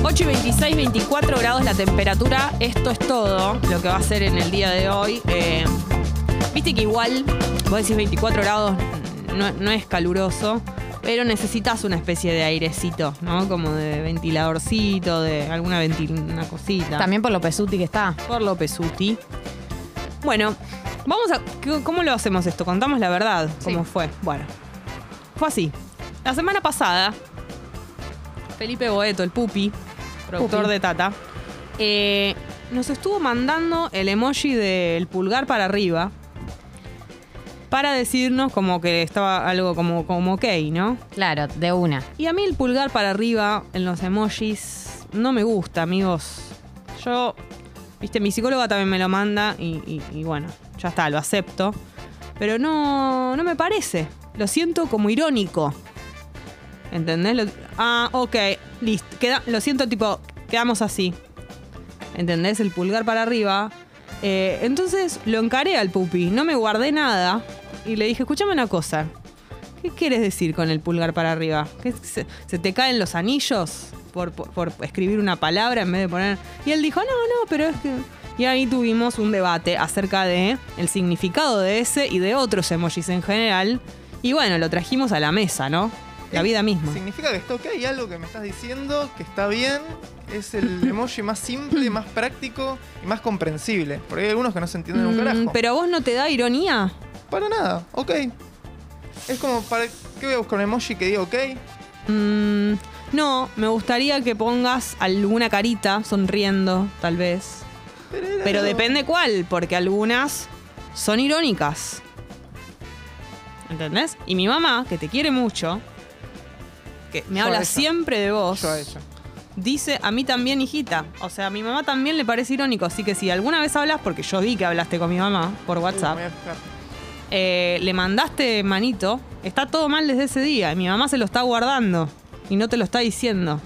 26, 24 grados la temperatura. Esto es todo lo que va a ser en el día de hoy. Eh, Viste que igual, vos decís 24 grados, no, no es caluroso, pero necesitas una especie de airecito, ¿no? Como de ventiladorcito, de alguna ventil una cosita. También por lo pesuti que está. por López Uti. Bueno, vamos a. ¿qué- ¿Cómo lo hacemos esto? Contamos la verdad, cómo Sí. fue. Bueno, fue así. La semana pasada, Felipe Boeto, el pupi, productor Pupi. de Tata, eh, nos estuvo mandando el emoji del pulgar para arriba para decirnos como que estaba algo como, como ok, ¿no? Claro, de una. Y a mí el pulgar para arriba en los emojis no me gusta, amigos. Yo, viste, mi psicóloga también me lo manda y, y- y bueno, ya está, lo acepto. Pero no, no me parece. Lo siento como irónico. ¿Entendés? Lo- ah, ok, listo. Queda, lo siento tipo, quedamos así. ¿Entendés? El pulgar para arriba. Eh, entonces lo encaré al pupi, no me guardé nada y le dije, escúchame una cosa. ¿Qué quieres decir con el pulgar para arriba? ¿Qué se, se te caen los anillos por, por- por escribir una palabra en vez de poner...? Y él dijo, no, no, pero es que... Y ahí tuvimos un debate acerca de el significado de ese y de otros emojis en general. Y bueno, lo trajimos a la mesa, ¿no? La vida misma. Significa que está ok, hay algo que me estás diciendo que está bien. Es el emoji más simple, más práctico y más comprensible. Porque hay algunos que no se entienden un Mm, carajo. pero a vos no te da ironía. Para nada, ok. Es como, ¿para qué voy a buscar un emoji que diga ok? Mm, no, me gustaría que pongas alguna carita sonriendo, tal vez. Pero, era Pero algo- depende cuál, porque algunas son irónicas. ¿Entendés? Y mi mamá, que te quiere mucho, que me Yo a habla ella. siempre de vos, Yo a ella. dice a mí también, hijita. O sea, a mi mamá también le parece irónico. Así que si alguna vez hablas, porque yo vi que hablaste con mi mamá por WhatsApp, Uh, me voy a fijar. eh, le mandaste manito, está todo mal desde ese día. Y mi mamá se lo está guardando y no te lo está diciendo.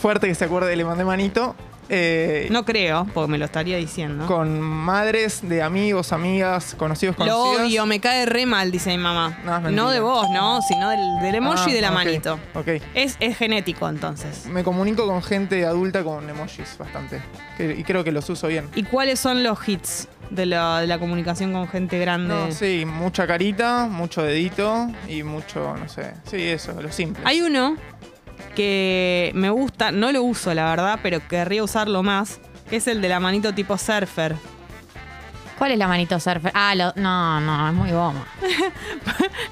Fuerte que se acuerde, le mandé manito. Eh, No creo, porque me lo estaría diciendo. Con madres de amigos, amigas, conocidos, Lo conocidas. odio, me cae re mal, dice mi mamá. No, es No, mentira. de vos, ¿no? Sino del, del emoji Ah, y de la ok, manito. Ok. Es, es genético, entonces. Me comunico con gente adulta con emojis bastante. Que- y creo que los uso bien. ¿Y cuáles son los hits de la, de la comunicación con gente grande? No, sí, mucha carita, mucho dedito y mucho, no sé. Sí, eso, lo simple. Hay uno que me gusta, no lo uso, la verdad, pero querría usarlo más, que es el de la manito tipo surfer. ¿Cuál es la manito surfer? Ah, lo- no, no, es muy goma.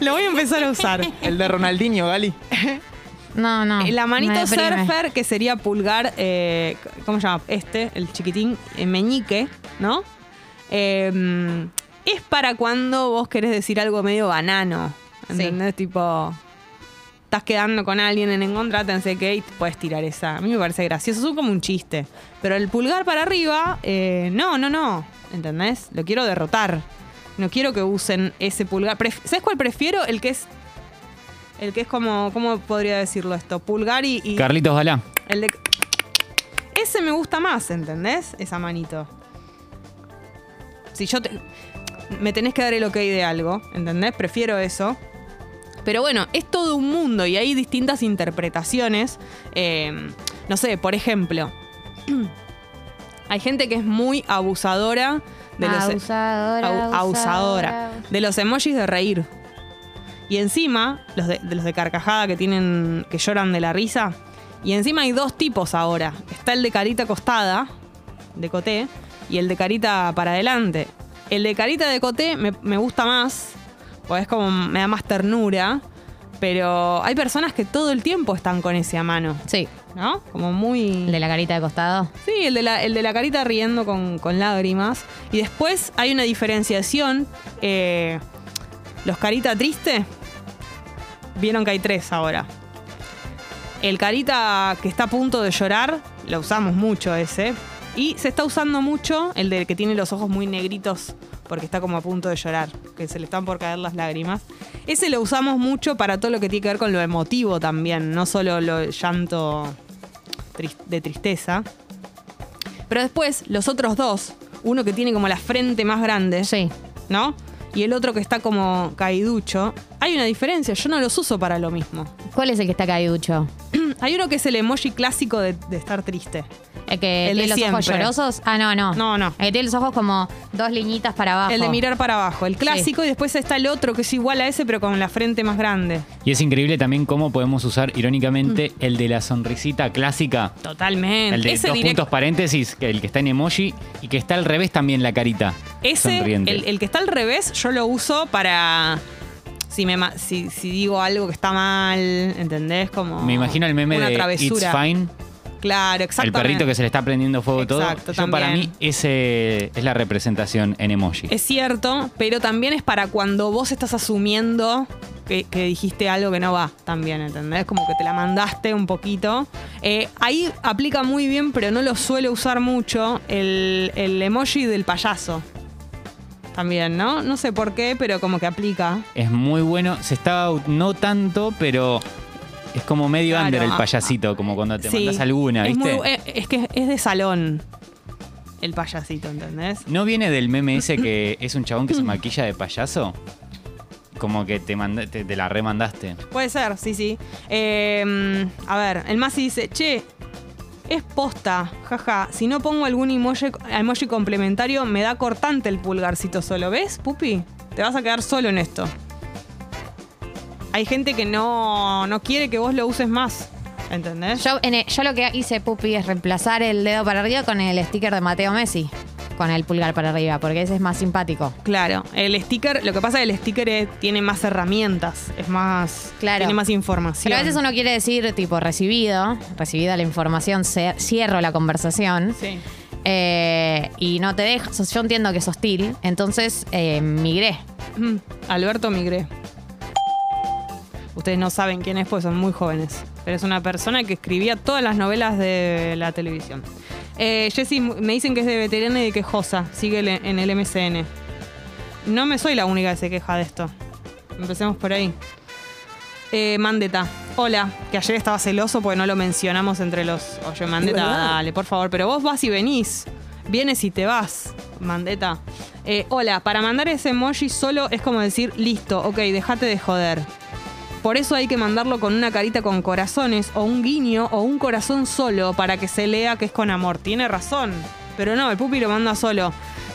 Lo voy a empezar a usar. El de Ronaldinho, Gali. No, no. Eh, La manito Ah, me deprime. surfer, que sería pulgar, eh, ¿cómo se llama? Este, el chiquitín, eh, meñique, ¿no? Eh, es para cuando vos querés decir algo medio banano. ¿Entendés? Tipo, estás quedando con alguien en encontrate, no sé qué, y te puedes tirar esa. A mí me parece gracioso, es como un chiste. Pero el pulgar para arriba, eh, no, no, no. ¿Entendés? Lo quiero derrotar. No quiero que usen ese pulgar. Pref- ¿Sabes cuál prefiero? El que es el que es como, ¿cómo podría decirlo esto? Pulgar y... y Carlitos Galá. el de- Ese me gusta más, ¿entendés? Esa manito. Si yo te- me tenés que dar el ok de algo, ¿entendés? Prefiero eso. Pero bueno, es todo un mundo y hay distintas interpretaciones. Eh, no sé, por ejemplo, hay gente que es muy abusadora de los... eh, e- Abusadora, Au- abusadora. De los emojis de reír. Y encima, los de, de los de carcajada que tienen. que lloran de la risa. Y encima hay dos tipos ahora. Está el de carita acostada, de coté, y el de carita para adelante. El de carita de coté me, me gusta más, pues es como me da más ternura. Pero hay personas que todo el tiempo están con ese a mano, Sí, ¿no? Como muy. el de la carita de costado. Sí, el de la, el de la carita riendo con, con lágrimas. Y después hay una diferenciación. eh, los carita triste. Vieron que hay tres ahora. El carita que está a punto de llorar, lo usamos mucho ese. Y se está usando mucho el de que tiene los ojos muy negritos porque está como a punto de llorar, que se le están por caer las lágrimas. Ese lo usamos mucho para todo lo que tiene que ver con lo emotivo también, no solo lo llanto tris- de tristeza. Pero después, los otros dos, uno que tiene como la frente más grande, Sí. ¿no? Y el otro que está como caiducho, hay una diferencia, yo no los uso para lo mismo. ¿Cuál es el que está caiducho? Hay uno que es el emoji clásico de, de estar triste. El que El de tiene los ojos siempre. llorosos. Ah, no, no. No, no. El que tiene los ojos como dos liñitas para abajo. El de mirar para abajo, el clásico, y después está el otro que es igual a ese, pero con la frente más grande. Y es increíble también cómo podemos usar irónicamente el de la sonrisita clásica. Totalmente. El de Mm. ese dos direct- puntos paréntesis, que- el que está en emoji y que está al revés también la carita. Ese, sonriente. el, el que está al revés, yo lo uso para. Si, me, ma- si, si digo algo que está mal, ¿entendés? Como. Me imagino el meme una de travesura. It's Fine, Claro, el exactamente. perrito que se le está prendiendo fuego Exacto, todo. Yo, para mí también. ese es la representación en emoji. Es cierto, pero también es para cuando vos estás asumiendo que, que dijiste algo que no va también, ¿entendés? Como que te la mandaste un poquito. Eh, ahí aplica muy bien, pero no lo suelo usar mucho, el, el emoji del payaso. También, ¿no? No sé por qué, pero como que aplica. Es muy bueno. Se está no tanto, pero es como medio Claro, under el ah, payasito, como cuando te Sí. mandas alguna, es ¿viste? muy- eh, es que es de salón el payasito, ¿entendés? ¿No viene del meme ese que es un chabón que se maquilla de payaso? Como que te, manda- te, te la remandaste. Puede ser, sí, sí. Eh, a ver, el Masi dice, che, es posta, jaja. Si no pongo algún emoji, emoji complementario, me da cortante el pulgarcito solo. ¿Ves, Pupi? Te vas a quedar solo en esto. Hay gente que no, no quiere que vos lo uses más. ¿Entendés? Yo, en el- yo lo que hice, Pupi, es reemplazar el dedo para arriba con el sticker de Mateo Messi. Con el pulgar para arriba, porque ese es más simpático. Claro, el sticker, lo que pasa es que el sticker es- tiene más herramientas, es más, Claro. tiene más información. Pero a veces uno quiere decir, tipo, recibido, recibida la información, ce- cierro la conversación. Sí. eh, y no te dejas. Yo entiendo que es hostil, entonces eh, migré. Mm, Alberto Migré. Ustedes no saben quién es, pues son muy jóvenes. Pero es una persona que escribía todas las novelas de la televisión. Eh, Jessy, me dicen que es de veterana y de quejosa. Sigue le- en el MCN. No me soy la única que se queja de esto. Empecemos por ahí. Eh, Mandeta. Hola, que ayer estaba celoso porque no lo mencionamos entre los. Oye, Mandeta, dale, por favor. Pero vos vas y venís. Vienes y te vas, Mandeta. Eh, hola, para mandar ese emoji solo es como decir, listo, ok, déjate de joder. Por eso hay que mandarlo con una carita con corazones, o un guiño, o un corazón solo, para que se lea que es con amor. Tiene razón. Pero no, el pupi lo manda solo.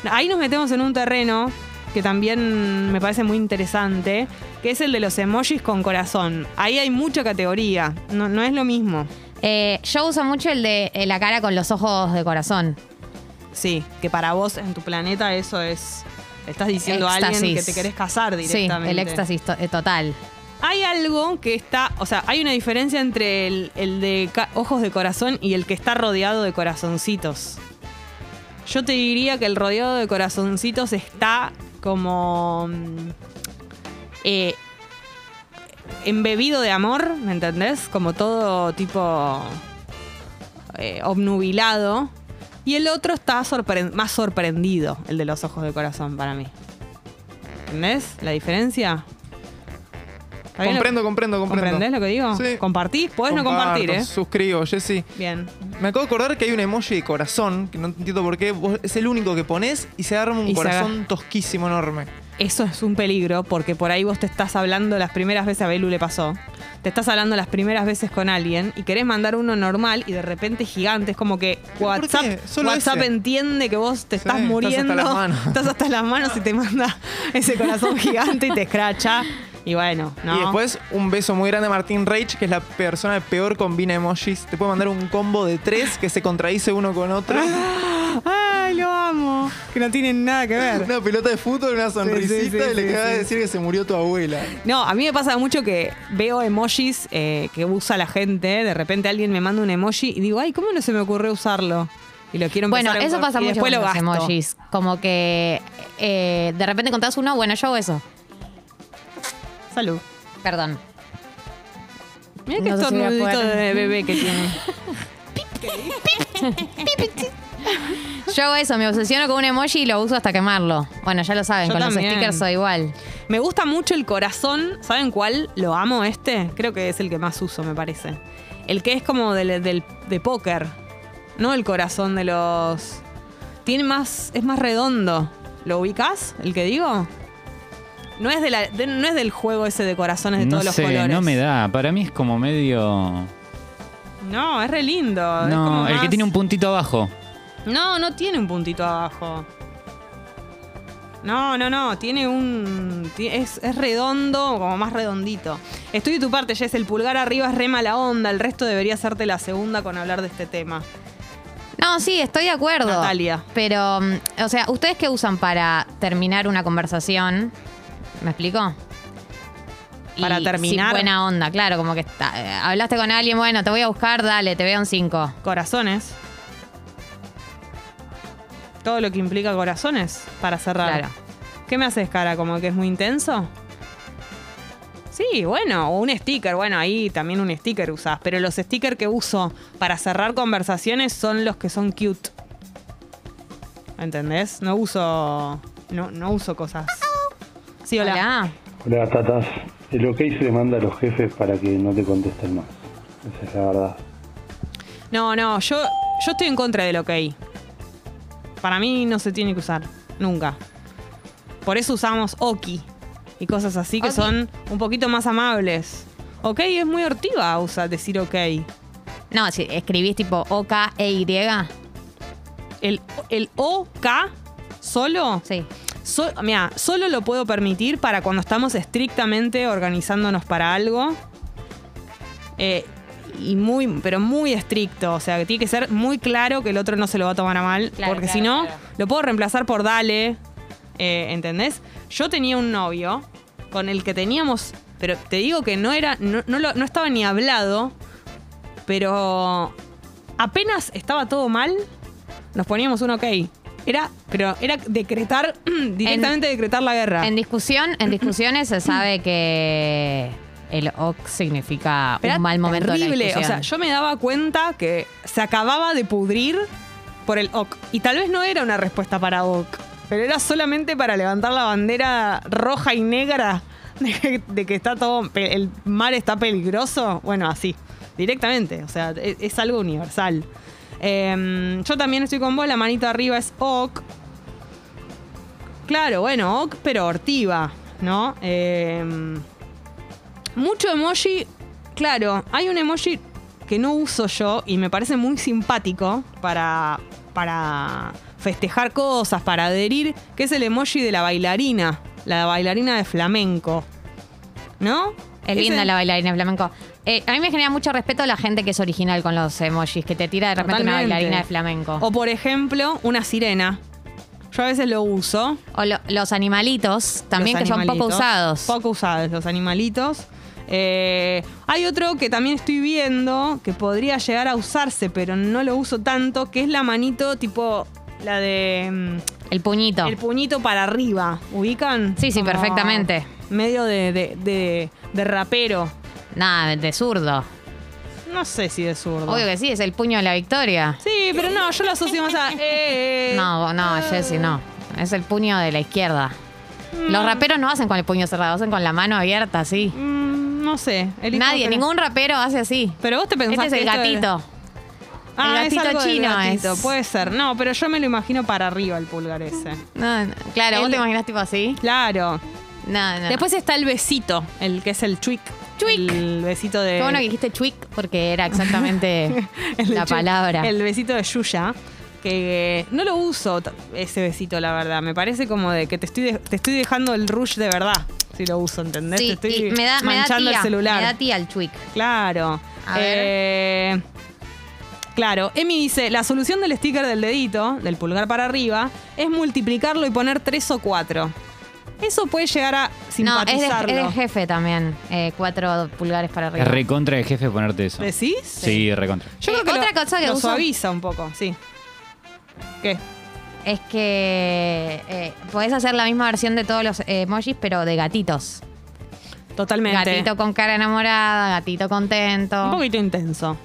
Ahí nos metemos en un terreno que también me parece muy interesante, que es el de los emojis con corazón. Ahí hay mucha categoría, no, no es lo mismo. Eh, yo uso mucho el de eh, la cara con los ojos de corazón. Sí, que para vos en tu planeta eso es... Estás diciendo a alguien que Éxtasis. te querés casar Sí, directamente. el éxtasis to- eh, total. Hay algo que está, o sea, hay una diferencia entre el, el de ca- ojos de corazón y el que está rodeado de corazoncitos. Yo te diría que el rodeado de corazoncitos está como mm, eh, embebido de amor, ¿me entendés? Como todo tipo eh, obnubilado. Y el otro está sorpre- más sorprendido, el de los ojos de corazón, para mí. ¿Entendés la diferencia? ¿Está bien lo- Comprendo, comprendo, comprendo. ¿Comprendés lo que digo? Sí. ¿Compartís? Podés no Comparto, compartir, ¿eh? Suscribo, Jessy. Bien. Me acabo de acordar que hay un emoji de corazón, que no entiendo por qué, vos- es el único que pones y se arma un Y se corazón tosquísimo enorme. Eso es un peligro porque por ahí vos te estás hablando las primeras veces, a Belu le pasó, te estás hablando las primeras veces con alguien y querés mandar uno normal y de repente es gigante, es como que ¿Pero por WhatsApp, qué? Solo WhatsApp ese. entiende que vos te estás estás hasta muriendo, las manos. estás hasta las manos y te manda ese corazón gigante y te escracha y bueno, ¿no? Y después un beso muy grande a Martín Reich, que es la persona que peor combina emojis. Te puede mandar un combo de tres que se contradice uno con otro. Ah. ¡Ay, lo amo! Que no tienen nada que ver. Una pelota de fútbol, una sonrisita sí, y le sí, acaba de sí. decir que se murió tu abuela. No, a mí me pasa mucho que veo emojis eh, que usa la gente. De repente alguien me manda un emoji y digo, ay, ¿cómo no se me ocurrió usarlo? Y lo quiero empezar Bueno, a eso usar, pasa y mucho después con lo los gasto. emojis. Como que eh, de repente contás uno, bueno, yo hago eso. Salud. Perdón. Mira qué No sé si voy a estornudito poder. de bebé que tiene. Yo hago eso, me obsesiono con un emoji y lo uso hasta quemarlo. Bueno, ya lo saben, Yo con también. los stickers soy igual. Me gusta mucho el corazón. ¿Saben cuál? Lo amo este. Creo que es el que más uso, me parece. El que es como del, del- de póker. No el corazón de los. Tiene más. Es más redondo. ¿Lo ubicás? ¿El que digo? No es, de la- de- no es del juego ese de corazones de No todos los sé, colores. no me da. Para mí es como medio. No, es re lindo. Ah, es como No, el que más- tiene un puntito abajo. No, no tiene un puntito abajo. No, no, no, tiene un... ti- Es, es redondo, como más redondito. Estoy de tu parte, Jess, el pulgar arriba es re mala onda, el resto debería hacerte la segunda con hablar de este tema. No, sí, estoy de acuerdo. Natalia. Pero, mm, o sea, ¿ustedes qué usan para terminar una conversación? ¿Me explico? Para sin terminar. buena onda, claro, como que está- eh, hablaste con alguien, bueno, te voy a buscar, dale, te veo en cinco. Corazones. Todo lo que implica corazones para cerrar. Claro. ¿Qué me haces cara? ¿Como que es muy intenso? Sí, bueno, o un sticker. Bueno, ahí también un sticker usás. Pero los stickers que uso para cerrar conversaciones son los que son cute. ¿Entendés? No uso. No, no uso cosas. Sí, hola. Hola. Hola, tatas. El ok se le manda a los jefes para que no te contesten más. Esa es la verdad. No, no, yo, yo estoy en contra del ok. Para mí no se tiene que usar, nunca. Por eso usamos oki y cosas así que Oki. son un poquito más amables. Ok es muy hortiva usa decir ok. No, si escribís tipo E O-K-E-Y. El, el OK solo, Sí. so- mirá, solo lo puedo permitir para cuando estamos estrictamente organizándonos para algo. Eh, y muy, pero muy estricto. O sea, que tiene que ser muy claro que el otro no se lo va a tomar a mal. Claro, porque claro, si no, claro. lo puedo reemplazar por dale. eh, ¿Entendés? Yo tenía un novio con el que teníamos. Pero te digo que no era. No, no lo- no estaba ni hablado. Pero apenas estaba todo mal, nos poníamos un ok. Era, pero era decretar, directamente decretar la guerra. En discusión, en discusiones se sabe que el OK significa Pero un mal momento de la terrible. discusión. O sea, yo me daba cuenta que se acababa de pudrir por el OK. Y tal vez no era una respuesta para OK, pero era solamente para levantar la bandera roja y negra de, que- de que está todo. pe- el mar está peligroso. Bueno, así, directamente. O sea, e- es, algo universal. Em, yo también estoy con vos, la manito arriba es OK. Claro, bueno, ok, pero hortiva, ¿no? Em, mucho emoji, claro, hay un emoji que no uso yo y me parece muy simpático para, para festejar cosas, para adherir, que es el emoji de la bailarina, la bailarina de flamenco, ¿no? Es Ese- linda la bailarina de flamenco. Eh, a mí me genera mucho respeto la gente que es original con los emojis, que te tira de repente una Totalmente. bailarina de flamenco. O por ejemplo, una sirena. Yo a veces lo uso. O lo- los animalitos también, los que son poco animalitos. usados. Poco usados, los animalitos. Eh, hay otro que también estoy viendo que podría llegar a usarse, pero no lo uso tanto, que es la manito tipo la de mm, el puñito. el puñito para arriba. ¿Ubican? Sí, sí, perfectamente. Medio de, de, de- de rapero. Nada, de zurdo. No sé si de zurdo. Obvio que sí, es el puño de la victoria. Sí, pero no, yo lo asocio más a. eh, eh. No, no, Jessy, no. Es el puño de la izquierda. Los raperos no hacen con el puño cerrado, hacen con la mano abierta, sí. Mm, no sé. elijo Nadie, que no. ningún rapero hace así. Pero vos te pensás Este es el que esto de- gatito. El Ah, es gatito algo del chino gatito, es. Puede ser. No, pero yo me lo imagino para arriba el pulgar ese. No, no, claro, El- vos te imaginás tipo así. Claro. No, no. Después está el besito, el que es el chuic. Chuic. El besito de. Qué bueno que dijiste chuic porque era exactamente Eh, el de la chuic. palabra. El besito de Yuya. Que eh, no lo uso t- ese besito, la verdad. Me parece como de que te estoy, de- te estoy dejando el rush de verdad. Si lo uso, ¿entendés? Sí, te este estoy y me da, me da manchando tía, el celular. Me da tía el chuic. Claro. A ver. Eh, claro, Emi dice, la solución del sticker del dedito, del pulgar para arriba, es multiplicarlo y poner tres o cuatro. Eso puede llegar a No, es de, simpatizarlo. es de jefe también. eh, cuatro pulgares para arriba. Es recontra del jefe ponerte eso. ¿Decís? Sí, recontra. Yo Eh, creo que otra lo, cosa que lo uso- suaviza un poco, sí. ¿Qué? Es que eh, podés hacer la misma versión de todos los emojis, pero de gatitos. Totalmente. Gatito con cara enamorada, gatito Un contento. poquito intenso.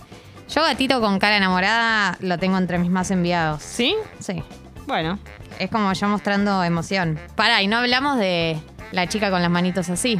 Yo gatito con cara enamorada lo tengo entre mis más enviados. ¿Sí? Sí. Bueno. Es como yo mostrando emoción. Pará, y no hablamos de la chica con las manitos así.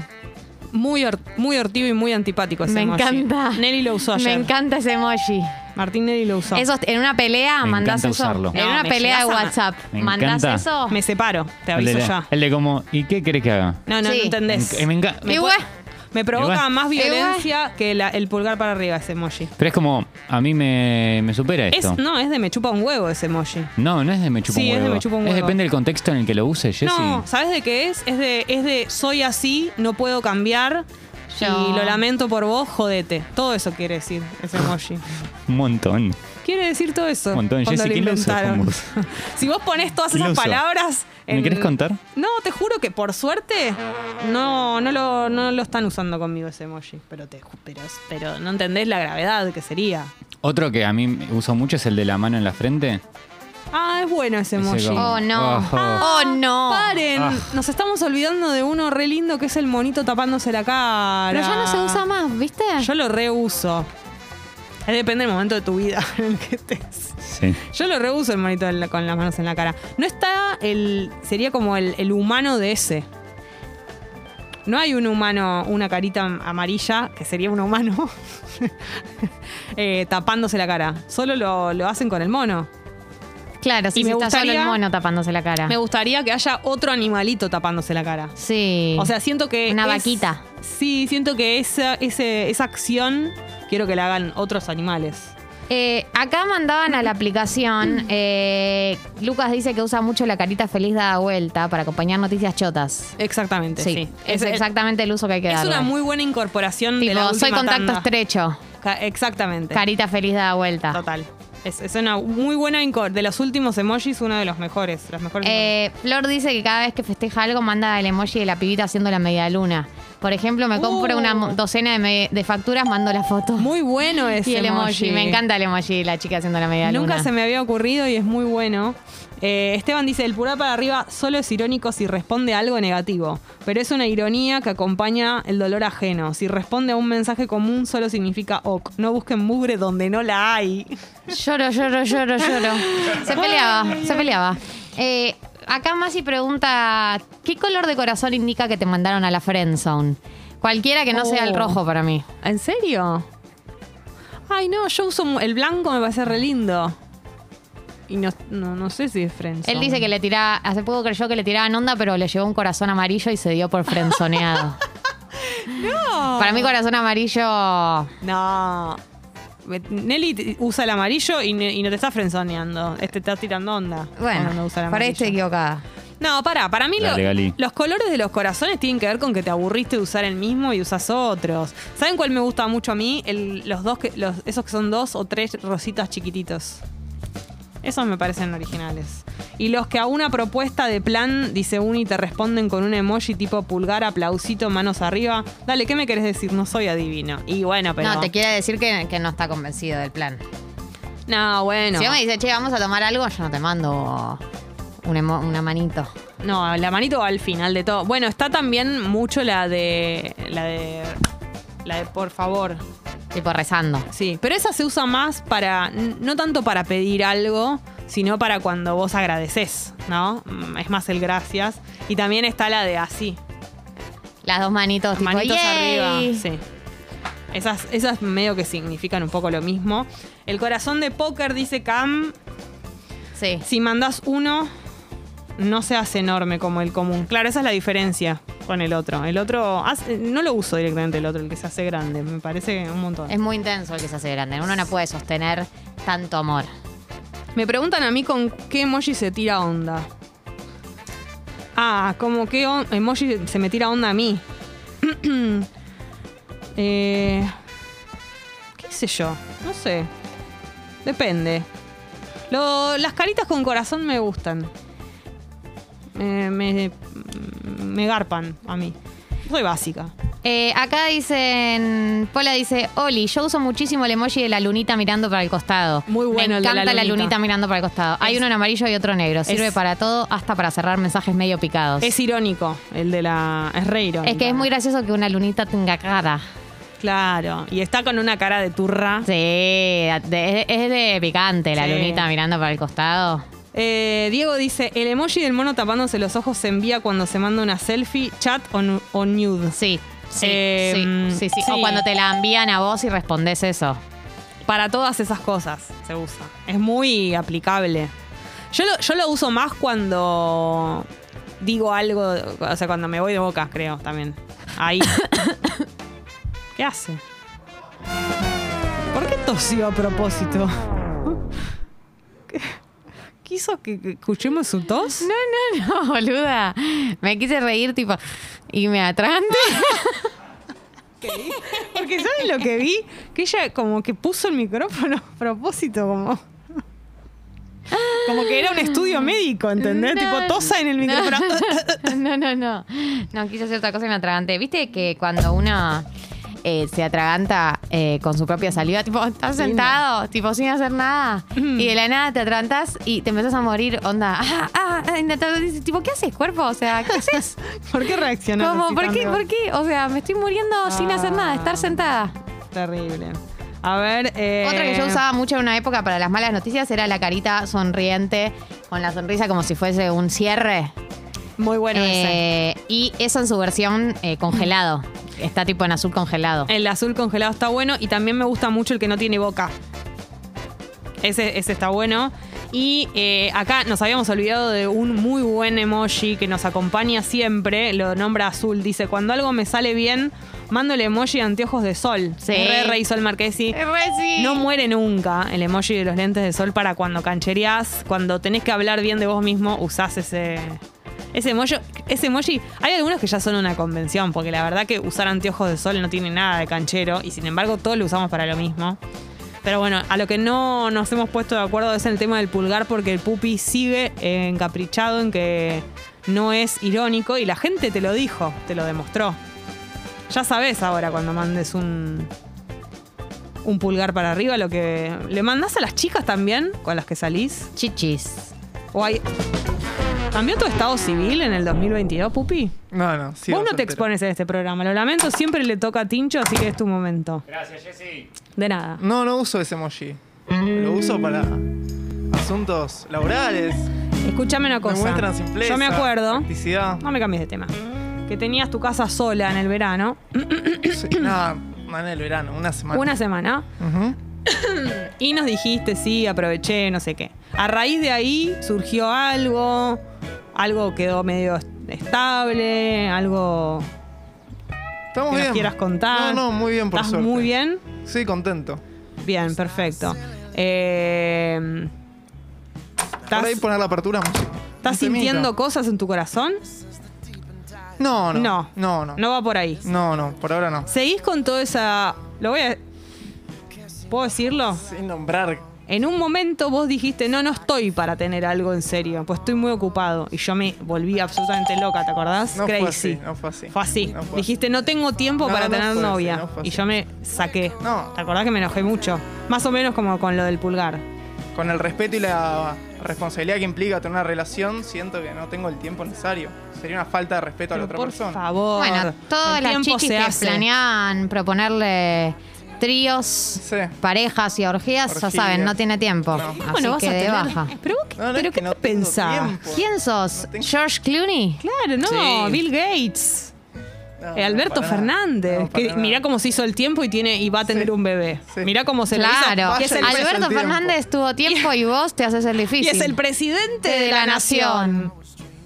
Muy, hor- muy hortivo y muy antipático ese Me emoji. encanta. Nelly lo usó ayer. Me encanta ese emoji. Martín Nelly lo usó. Eso, en una pelea Me mandás encanta eso. usarlo. En No, una me pelea de llegas a- WhatsApp Me mandás encanta. eso. Me separo, te el aviso de, ya. el de como, ¿y qué querés que haga? No, no, Sí. no entendés. Me enca- Y puede- bueno. Me provoca Igual. más violencia que la- el pulgar para arriba ese emoji. Pero es como, a mí me, me supera Es, esto. no, es de me chupa un huevo ese emoji. no, no es de me chupa Sí, un es de huevo. me chupa un huevo. depende del contexto en el que lo uses, Jessy. No, ¿sabes de qué es? Es de, es de soy así, no puedo cambiar. Yo- Y lo lamento por vos, jodete. Todo eso quiere decir ese emoji. Un montón. Quiere decir todo eso. Un montón. cuando Jessy, lo ¿quién lo usó con inventaron. vos? si vos ponés todas ¿Quién esas lo usó? palabras. ¿Me querés contar? No, te juro que por suerte no, no, lo, no lo están usando conmigo ese emoji. Pero, te, ju- pero, pero no entendés la gravedad que sería. Otro que a mí me- uso mucho es el de la mano en la frente. Ah, es bueno ese Ese emoji. como- Oh, no. Ojo. Oh, no. Paren, Ah. nos estamos olvidando de uno re lindo que es el monito tapándose la cara. Pero ya no se usa más, ¿viste? Yo lo reuso. Ahí Depende del momento de tu vida en el que estés. Sí. Yo lo reuso el monito en la- con las manos en la cara. No está el. Sería como el, el humano de ese. No hay un humano, una carita amarilla, que sería un humano, eh, tapándose la cara. Solo lo, lo hacen con el mono. Claro, sí, Y me sí, está solo gustaría- el mono tapándose la cara. Me gustaría que haya otro animalito tapándose la cara. Sí. O sea, siento que. Una es- vaquita. Sí, siento que esa, ese- esa acción quiero que la hagan otros animales. Eh, acá mandaban a la aplicación. eh, Lucas dice que usa mucho la carita feliz dada vuelta para acompañar noticias chotas. Exactamente, Sí, sí. es exactamente el uso que hay que Es darle. una muy buena incorporación de Tipo, la soy última contacto tanda. estrecho. Ca- Exactamente. Carita feliz dada vuelta. Total. Es, es una muy buena inco- de los últimos emojis, uno de los mejores. Las mejores Eh, Flor dice que cada vez que festeja algo manda el emoji de la pibita haciendo la media luna. Por ejemplo, me compro Uh. una mo- docena de, me- de facturas, mando la foto. muy bueno ese y el emoji. Me encanta el emoji de la chica haciendo la media luna. Nunca se me había ocurrido y es muy bueno. Eh, Esteban dice, el pulgar para arriba solo es irónico si responde a algo negativo, pero es una ironía que acompaña el dolor ajeno. Si responde a un mensaje común solo significa ok. No busquen mugre donde no la hay. Lloro, lloro, lloro, lloro. Se peleaba, se peleaba. Eh, acá Masi pregunta, ¿qué color de corazón indica que te mandaron a la friendzone? Cualquiera que no sea el Oh. rojo para mí. ¿En serio? Ay, no, yo uso mu- el blanco, me parece re lindo. Y no, no, no sé si es friendzone. Él dice que le tiraba, hace poco creyó que le tiraban onda, pero le llevó un corazón amarillo y se dio por frenzoneado. no. Para mí corazón amarillo... No. Me- Nelly t- usa el amarillo y, ne- y no te está frenzoneando. Este te está tirando onda. cuando no usa Ah, el amarillo. este equivocada. No, pará, para mí lo- Dale, Gali. los colores de los corazones tienen que ver con que te aburriste de usar el mismo y usas otros. ¿Saben cuál me gusta mucho a mí? El- los dos que, los- esos que son dos o tres rositas chiquititos. Esos me parecen originales. Y los que a una propuesta de plan dice uno y te responden con un emoji tipo pulgar, aplausito, manos arriba. Dale, ¿qué me querés decir? No soy adivino. Y bueno, pero. No, te quiere decir que, que no está convencido del plan. No, bueno. Si vos me dice, che, vamos a tomar algo, yo no te mando un emo- una manito. No, la manito va al final de todo. Bueno, está también mucho la de. La de. La de por favor. Tipo rezando. Sí, pero esa se usa más para. No tanto para pedir algo, sino para cuando vos agradeces, ¿no? Mm, Es más el gracias. Y también está la de así. Las dos manitos, tipo, manitos "Yay". arriba. Sí. Esas, esas medio que significan un poco lo mismo. El corazón de póker dice Cam. Sí. Si mandás uno, no se hace enorme como el común. Claro, esa es la diferencia con el otro. El otro. hace- no lo uso directamente el otro, el que se hace grande. Me parece un montón. Es muy intenso el que se hace grande. Uno no puede sostener tanto amor. Me preguntan a mí con qué emoji se tira onda. Ah, como qué on- emoji se me tira onda a mí. Eh, ¿Qué sé yo? No sé. Depende. Lo- las caritas con corazón me gustan. Eh, me, me garpan a mí. Soy básica. Eh, acá dicen, Pola dice, Oli, yo uso muchísimo el emoji de la lunita mirando para el costado. Muy bueno Me el de la encanta la, lunita. lunita. mirando para el costado. Hay Es- uno en amarillo y otro en negro. Sirve es- para todo, hasta para cerrar mensajes medio picados. Es irónico el de la. Es re irónico. Es que es muy gracioso que una lunita tenga cara. Claro. Y está con una cara de turra. Sí, de- es de picante la Sí. lunita mirando para el costado. Eh, Diego dice, el emoji del mono tapándose los ojos se envía cuando se manda una selfie, chat o, nu- o nude. Sí, sí, Eh, sí, sí, sí. O sí. cuando te la envían a vos y respondes eso. Para todas esas cosas se usa. Es muy aplicable. Yo lo, yo lo uso más cuando digo algo, o sea, cuando me voy de boca, creo, también. Ahí. ¿Qué hace? ¿Por qué tosió a propósito? ¿Qué- ¿Quiso que que escuchemos su tos? No, no, boluda. Me quise reír, tipo, y me atrante. Porque ¿saben lo que vi? Que ella como que puso el micrófono a propósito, como... Como que era un estudio médico, ¿entendés? Ah. No, tipo tosa en el micrófono. No, no, no. No, quise hacer otra cosa y me atraganté. ¿Viste que cuando uno eh, se atraganta eh, con su propia salida, tipo, estás sentado, tipo, sin hacer nada, y de la nada te atragantas y te empezás a morir, onda, ah, ah, ah, y te- dices, tipo, ¿qué haces, cuerpo? O sea, ¿qué haces? ¿Por qué reaccionó? Como, ¿por qué, por qué? O sea, me estoy muriendo sin hacer nada, estar sentada. Terrible. A ver... eh, Otra que yo usaba mucho en una época para las malas noticias era la carita sonriente, con la sonrisa como si fuese un cierre. Muy bueno ese. Eh, Y eso en su versión eh, congelado. Está tipo en azul congelado. El azul congelado está bueno y también me gusta mucho el que no tiene boca. Ese, ese está bueno. Y eh, acá nos habíamos olvidado de un muy buen emoji que nos acompaña siempre, lo nombra azul. Dice, cuando algo me sale bien, mando el emoji de anteojos de sol. Sí. Re Rey Sol Marquesi. No muere nunca el emoji de los lentes de sol para cuando canchereás, cuando tenés que hablar bien de vos mismo, usás ese. Ese emoji, ese emoji, hay algunos que ya son una convención, porque la verdad que usar anteojos de sol no tiene nada de canchero, y sin embargo todos lo usamos para lo mismo. Pero bueno, a lo que no nos hemos puesto de acuerdo es en el tema del pulgar, porque el pupi sigue eh, encaprichado en que no es irónico, y la gente te lo dijo, te lo demostró. Ya sabes ahora cuando mandes un, un pulgar para arriba, lo que. ¿Le mandás a las chicas también con las que salís? Chichis. ¿O hay. ¿Cambió tu estado civil en el 2022, Pupi? No, no, sí. Vos no te expones en este programa, lo lamento, siempre le toca a Tincho, así que es tu momento. Gracias, Jessy. De nada. No, no uso ese emoji. Lo uso para asuntos laborales. Escúchame una cosa. Me muestran simpleza. Yo me acuerdo. practicidad. No me cambies de tema. Que tenías tu casa sola en el verano, Sí, nada, manera del verano, una semana. una semana, Ujú. y nos dijiste, sí, aproveché, no sé qué. A raíz de ahí surgió algo, algo quedó medio est- estable, algo Estamos que nos bien. quieras contar. No, no, muy bien, por ¿Estás suerte. muy bien? Sí, contento. Bien, perfecto. Eh, ¿Estás, Por ahí poner la apertura música. estás Un temita. sintiendo cosas en tu corazón? No, no. No. No, no. No va por ahí. No, no, por ahora no. Seguís con toda esa... Lo voy a... ¿Puedo decirlo? Sin nombrar. En un momento vos dijiste, no, no estoy para tener algo en serio, pues estoy muy ocupado. Y yo me volví absolutamente loca, ¿te acordás? No fue Crazy. así, no fue así. Fue así. No fue dijiste, no tengo tiempo No, para no tener fue así, novia. no fue y así. yo me saqué. No. ¿Te acordás que me enojé mucho? Más o menos como con lo del pulgar. Con el respeto y la responsabilidad que implica tener una relación, siento que no tengo el tiempo necesario. Sería una falta de respeto a la Pero otra por persona. favor. Bueno, todas El las tiempo chichis se que hace. planean proponerle tríos, parejas y orgías, Orgías. ya saben, no tiene tiempo. No. Así Bueno, vas que a de tener- baja. Pero, vos- No, no, pero es ¿qué que no te tengo pensás? tiempo. ¿Quién sos? No tengo- ¿George Clooney? Claro, no. Sí. Bill Gates. No, Eh, no, Alberto para nada. Fernández, No, para que nada. mirá cómo se hizo el tiempo y tiene y va a tener Sí. un bebé. Sí. Mirá cómo se lo hizo. Claro. Y es, el, Vaya el preso. Alberto tiempo. Fernández tuvo tiempo y vos te haces el y difícil. es el presidente De de, la, la nación.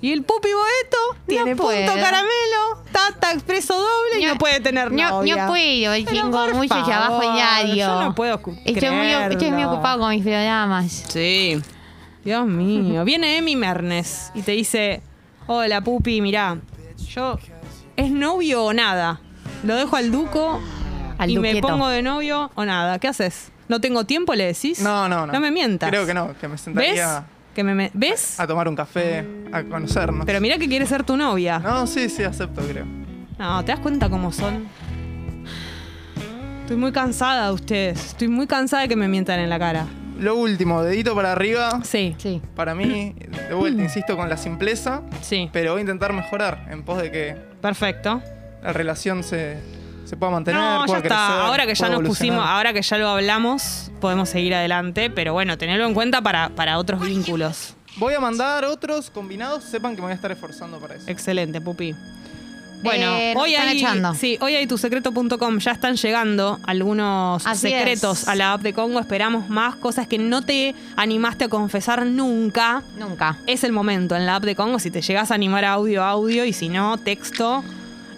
Y el Pupi Boeto tiene puedo. punto caramelo, tata expreso doble y Ño- no puede tener ño- novia. ño puedo, el Pero chingo por mucho y abajo favor, en diario. yo no puedo cu- Estoy muy, estoy muy creerlo. ocupado con mis programas. Sí. Dios mío. Viene Emi Mernes y te dice: Hola, Pupi, mirá, yo. ¿Es novio o nada? Lo dejo al Duco Al y me duqueto. pongo de novio o nada. ¿Qué haces? ¿No tengo tiempo? ¿Le decís? No, no, no. No me mientas. Creo que no, que me ¿Ves? sentaría Que me me- ¿Ves? a tomar un café, a conocernos. Pero mira que quiere ser tu novia. No, sí, sí, acepto, creo. No, ¿te das cuenta cómo son? Estoy muy cansada de ustedes. Estoy muy cansada de que me mientan en la cara. Lo último, dedito para arriba. Sí, Sí. Para mí, de vuelta, insisto, con la simpleza, Mm. sí. pero voy a intentar mejorar en pos de que Perfecto. la relación se, se pueda mantener. no, ya pueda está. crecer, ahora que ya pueda nos evolucionar. pusimos, ahora que ya lo hablamos, podemos seguir adelante. Pero bueno, tenerlo en cuenta para, para otros vínculos. Voy a mandar otros combinados, sepan que me voy a estar esforzando para eso. Excelente, Pupi. Bueno, Eh, nos hoy, están hay, echando. sí, hoy hay tusecreto.com. Ya están llegando algunos Así secretos es. a la app de Congo. Esperamos más cosas que no te animaste a confesar nunca. Nunca. Es el momento en la app de Congo. Si te llegas a animar a audio, audio. Y si no, texto.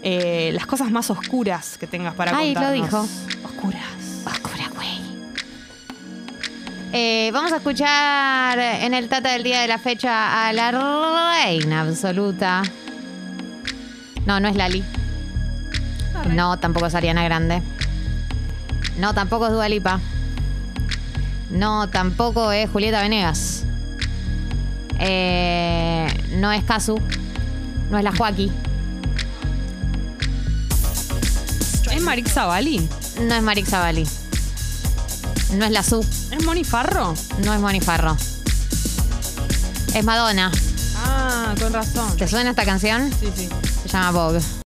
eh, las cosas más oscuras que tengas para Ay, lo contarnos. dijo. Oscuras. Oscura, güey. Eh, vamos a escuchar en el Tata del día de la fecha a la reina absoluta. No, no es Lali. No, tampoco es Ariana Grande. No, tampoco es Dualipa. No, tampoco es Julieta Venegas. Eh, no es Casu. No es la Joaquí. ¿Es Marix Bali? No es Marix Zavali. No es la Su. ¿Es Moni Farro? No es Monifarro. Es Madonna. Ah, con razón. ¿Te suena esta canción? Ah, Sí, sí. Se llama Vogue.